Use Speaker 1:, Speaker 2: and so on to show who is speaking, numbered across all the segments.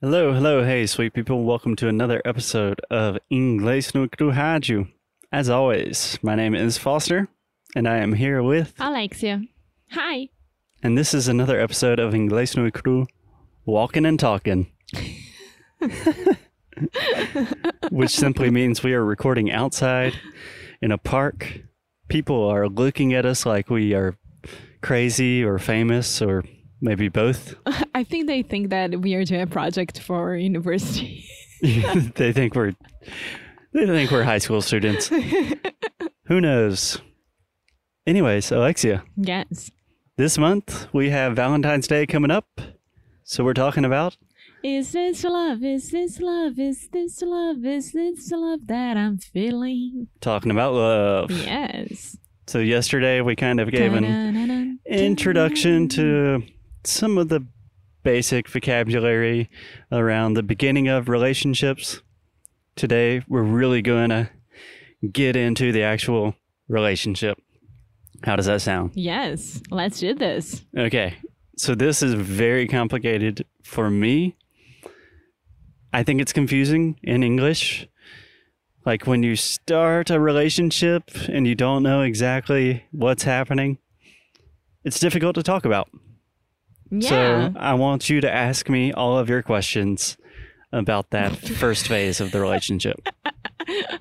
Speaker 1: Hello, hello, hey, sweet people. Welcome to another episode of Inglês no Rádio. As always, my name is Foster, and I am here with,
Speaker 2: Alexia. Hi.
Speaker 1: and this is another episode of Inglês no Cru, Walking and Talking. Which simply means we are recording outside in a park. People are looking at us like we are crazy or famous or maybe both.
Speaker 2: I think they think that we are doing a project for university.
Speaker 1: they think we're they think we're high school students. Who knows? Anyways, Alexia,
Speaker 2: yes.
Speaker 1: this month we have Valentine's Day coming up. So we're talking about
Speaker 2: Is this love? Is this love? Is this love? Is this love that I'm feeling?
Speaker 1: talking about love.
Speaker 2: Yes.
Speaker 1: So yesterday we kind of gave an
Speaker 2: Dun-dun-dun-dun.
Speaker 1: introduction to some of the basic vocabulary around the beginning of relationships. Today, we're really going to get into the actual relationship. How does that sound?
Speaker 2: Yes. Let's do this.
Speaker 1: Okay. So, this is very complicated for me. I think it's confusing in English. Like when you start a relationship and you don't know exactly what's happening, it's difficult to talk about.
Speaker 2: Yeah.
Speaker 1: So I want you to ask me all of your questions about that first phase of the relationship,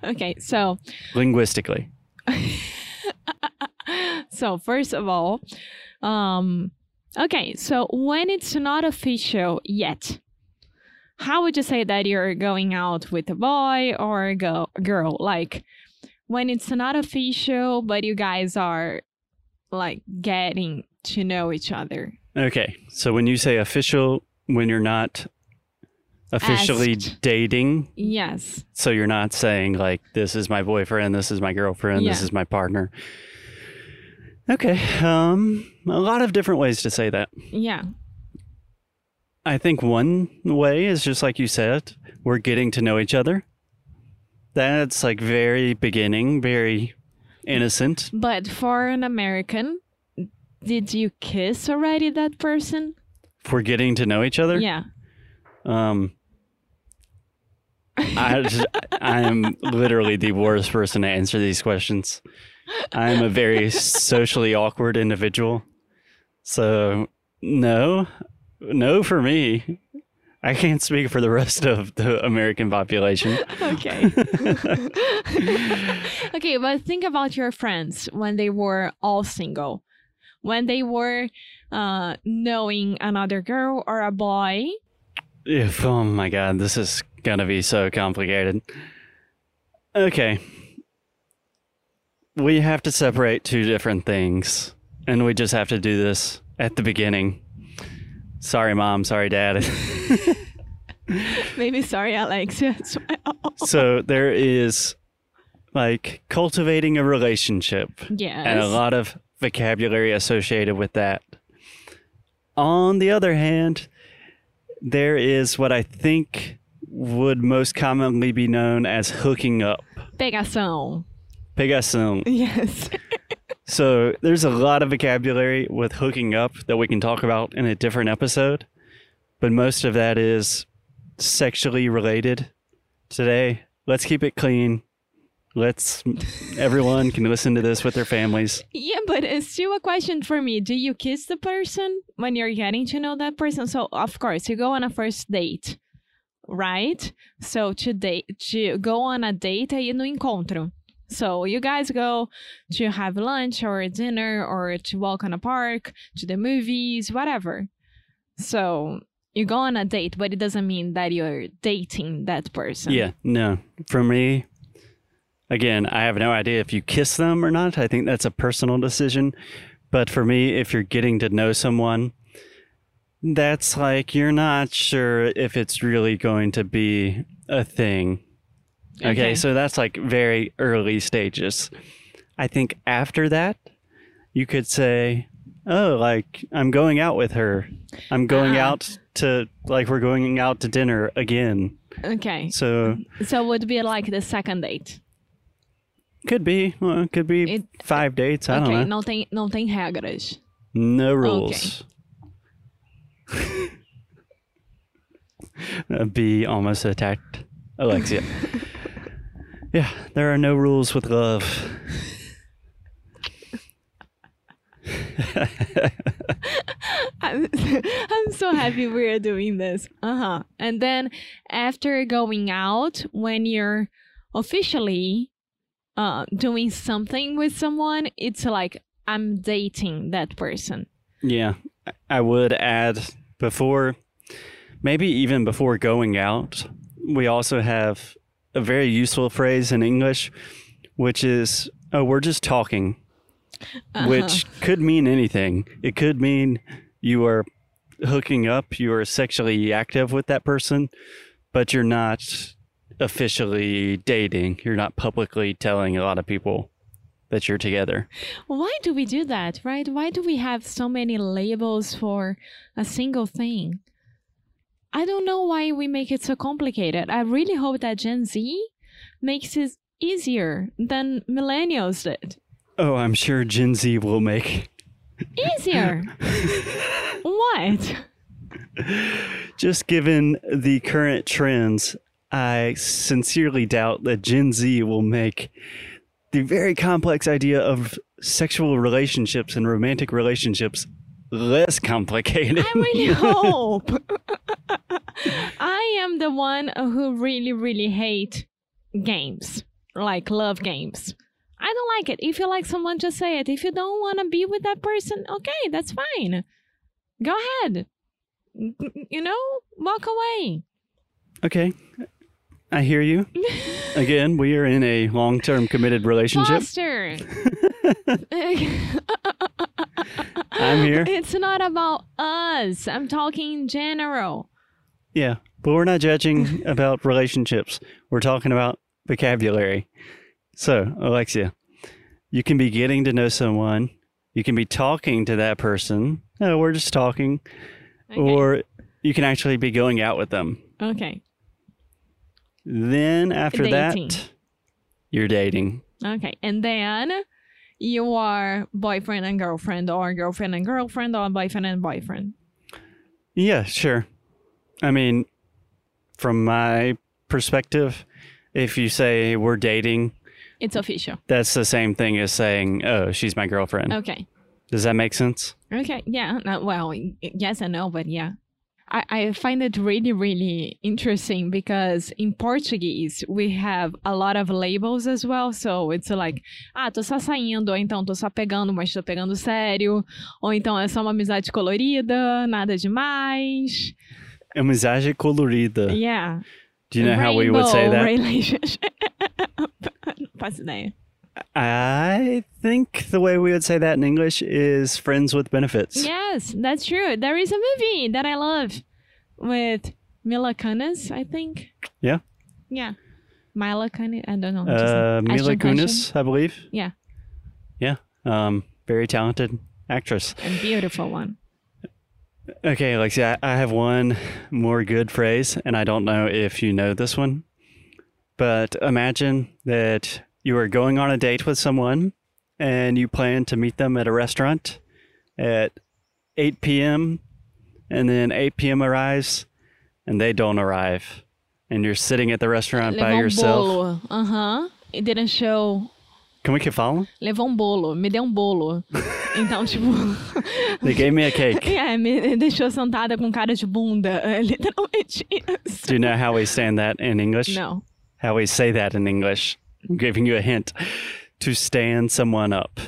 Speaker 2: okay. So,
Speaker 1: linguistically.
Speaker 2: so first of all, um, okay. So when it's not official yet, how would you say that you're going out with a boy or a go- girl? Like when it's not official, but you guys are like getting to know each other.
Speaker 1: Okay. So when you say official, when you're not officially
Speaker 2: Asked.
Speaker 1: dating,
Speaker 2: Yes.
Speaker 1: so you're not saying like this is my boyfriend, this is my girlfriend, this
Speaker 2: Yeah.
Speaker 1: is my partner. Okay. Um a lot of different ways to say that.
Speaker 2: Yeah.
Speaker 1: I think one way is just like you said, we're getting to know each other. That's like very beginning, very innocent.
Speaker 2: But for an American, did you kiss already that person?
Speaker 1: If we're getting to know each other,
Speaker 2: Yeah.
Speaker 1: um, I just, I am literally the worst person to answer these questions. I am a very socially awkward individual, so no, no for me. I can't speak for the rest of the American population.
Speaker 2: okay. okay, but think about your friends when they were all single, when they were uh, knowing another girl or a boy.
Speaker 1: If, oh my god, this is gonna be so complicated. Okay. We have to separate two different things, and we just have to do this at the beginning. Sorry, mom. Sorry, dad.
Speaker 2: Maybe sorry, Alex. as well.
Speaker 1: so there is like cultivating a relationship and a
Speaker 2: yes.
Speaker 1: lot of vocabulary associated with that. On the other hand, there is what I think would most commonly be known as hooking up.
Speaker 2: Pegação.
Speaker 1: Pegação.
Speaker 2: Yes.
Speaker 1: So there's a lot of vocabulary with hooking up that we can talk about in a different episode, but most of that is sexually related. Today, let's keep it clean. Let's everyone can listen to this with their families.
Speaker 2: Yeah, but it's still a question for me. Do you kiss the person when you're getting to know that person? So of course you go on a first date, right? So to date to go on a date aí no encontro. So you guys go to have lunch or dinner or to walk on a park, to the movies, whatever. So you go on a date, but it doesn't mean that you're dating that person.
Speaker 1: Yeah, no. For me, again, I have no idea if you kiss them or not. I think that's a personal decision. But for me, if you're getting to know someone, that's like you're not sure if it's really going to be a thing. Okay, so that's like very early stages. I think after that, you could say, "Oh, like I'm going out with her. I'm going
Speaker 2: Ah.
Speaker 1: out to like we're going out to dinner again."
Speaker 2: okay.
Speaker 1: So
Speaker 2: So it would be like the second date.
Speaker 1: Could be. Well, it could be
Speaker 2: It-
Speaker 1: five dates. I
Speaker 2: okay,
Speaker 1: don't know.
Speaker 2: não tem não tem regras.
Speaker 1: No rules. Uh, B almost attacked Alexia. yeah, there are no rules with love.
Speaker 2: I'm, I'm so happy we are doing this. Uh huh. And then after going out, when you're officially uh, doing something with someone, it's like I'm dating that person.
Speaker 1: yeah, I- I would add before, maybe even before going out, we also have a very useful phrase in English, which is, oh, we're just talking.
Speaker 2: Uh-huh.
Speaker 1: which could mean anything. It could mean you are hooking up, you are sexually active with that person, but you're not officially dating. You're not publicly telling a lot of people that you're together.
Speaker 2: why do we do that, right? Why do we have so many labels for a single thing? I don't know why we make it so complicated. I really hope that Gen Z makes it easier than millennials did.
Speaker 1: Oh, I'm sure Gen Z will make
Speaker 2: Easier. what?
Speaker 1: just given the current trends. I sincerely doubt that Gen Z will make the very complex idea of sexual relationships and romantic relationships less complicated.
Speaker 2: I really hope. I am the one who really, really hate games, like love games. I don't like it. If you like someone, just say it. If you don't want to be with that person, okay, that's fine. Go ahead. N- n- You know, walk away.
Speaker 1: Okay. I hear you. Again, we are in a long term committed relationship.
Speaker 2: Foster.
Speaker 1: I'm here.
Speaker 2: It's not about us. I'm talking in general.
Speaker 1: Yeah. But we're not judging about relationships. We're talking about vocabulary. So, Alexia, you can be getting to know someone, you can be talking to that person. No, we're just talking.
Speaker 2: Okay.
Speaker 1: Or you can actually be going out with them.
Speaker 2: okay.
Speaker 1: Then after
Speaker 2: Dating.
Speaker 1: that, you're dating.
Speaker 2: Okay, and then you are boyfriend and girlfriend, or girlfriend and girlfriend, or boyfriend and boyfriend.
Speaker 1: Yeah, sure. I mean, from my perspective, if you say we're dating,
Speaker 2: It's official.
Speaker 1: that's the same thing as saying, oh, she's my girlfriend.
Speaker 2: Okay.
Speaker 1: Does that make sense?
Speaker 2: Okay. Yeah. No, well, y- yes and no, but yeah. I, I find it really, really interesting because in Portuguese we have a lot of labels as well. So it's like, ah, tô só saindo, ou então tô só pegando, mas tô pegando sério, ou então é só uma amizade colorida, nada demais.
Speaker 1: Amizade colorida.
Speaker 2: Yeah.
Speaker 1: Do you know how we would say
Speaker 2: Rainbow
Speaker 1: that?
Speaker 2: Relationship. Não faço ideia.
Speaker 1: I think the way we would say that in English is friends with benefits.
Speaker 2: Yes, that's true. There is a movie that I love with Mila Kunis, I think.
Speaker 1: Yeah.
Speaker 2: Yeah. Mila Kunis, I don't know. just
Speaker 1: Uh, Mila
Speaker 2: Ashton Kutcher.
Speaker 1: Kunis, I believe.
Speaker 2: Yeah.
Speaker 1: Yeah. Um, very talented actress.
Speaker 2: A beautiful one.
Speaker 1: Okay, Alexia, I I have one more good phrase, and I don't know if you know this one, but imagine that you are going on a date with someone and you plan to meet them at a restaurant at 8 p.m., and then 8 p.m. arrives and they don't arrive, and you're sitting at the restaurant by
Speaker 2: um
Speaker 1: yourself.
Speaker 2: bolo. Aham. It didn't show.
Speaker 1: Can we keep following?
Speaker 2: Levou um bolo. Me deu um bolo. Então, tipo.
Speaker 1: They gave me a cake.
Speaker 2: é, me deixou sentada com cara de bunda. É literalmente isso.
Speaker 1: Do you know how we stand that in English?
Speaker 2: Não.
Speaker 1: How we say that in English? I'm giving you a hint to stand someone up.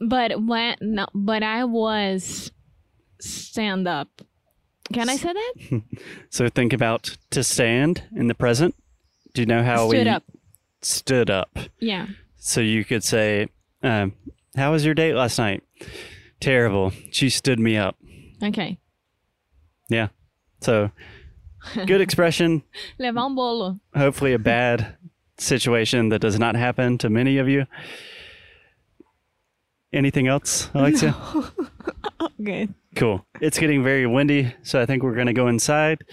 Speaker 2: But when no, but I was stand up. Can I say that?
Speaker 1: So think about to stand in the present. Do Oh, you know how
Speaker 2: Stood
Speaker 1: we
Speaker 2: up.
Speaker 1: stood up?
Speaker 2: Yeah.
Speaker 1: So you could say, um, "How was your date last night?" Terrible. She stood me up.
Speaker 2: Okay.
Speaker 1: Yeah. So good expression.
Speaker 2: Levar um bolo.
Speaker 1: Hopefully, a bad situation that does not happen to many of you. Anything else, Alexia?
Speaker 2: Good.
Speaker 1: Cool. It's getting very windy, so I think we're going to go inside.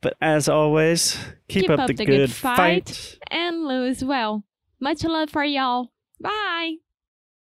Speaker 1: But as always, keep, up, the, good fight.
Speaker 2: And lose well. Much love for y'all. Bye.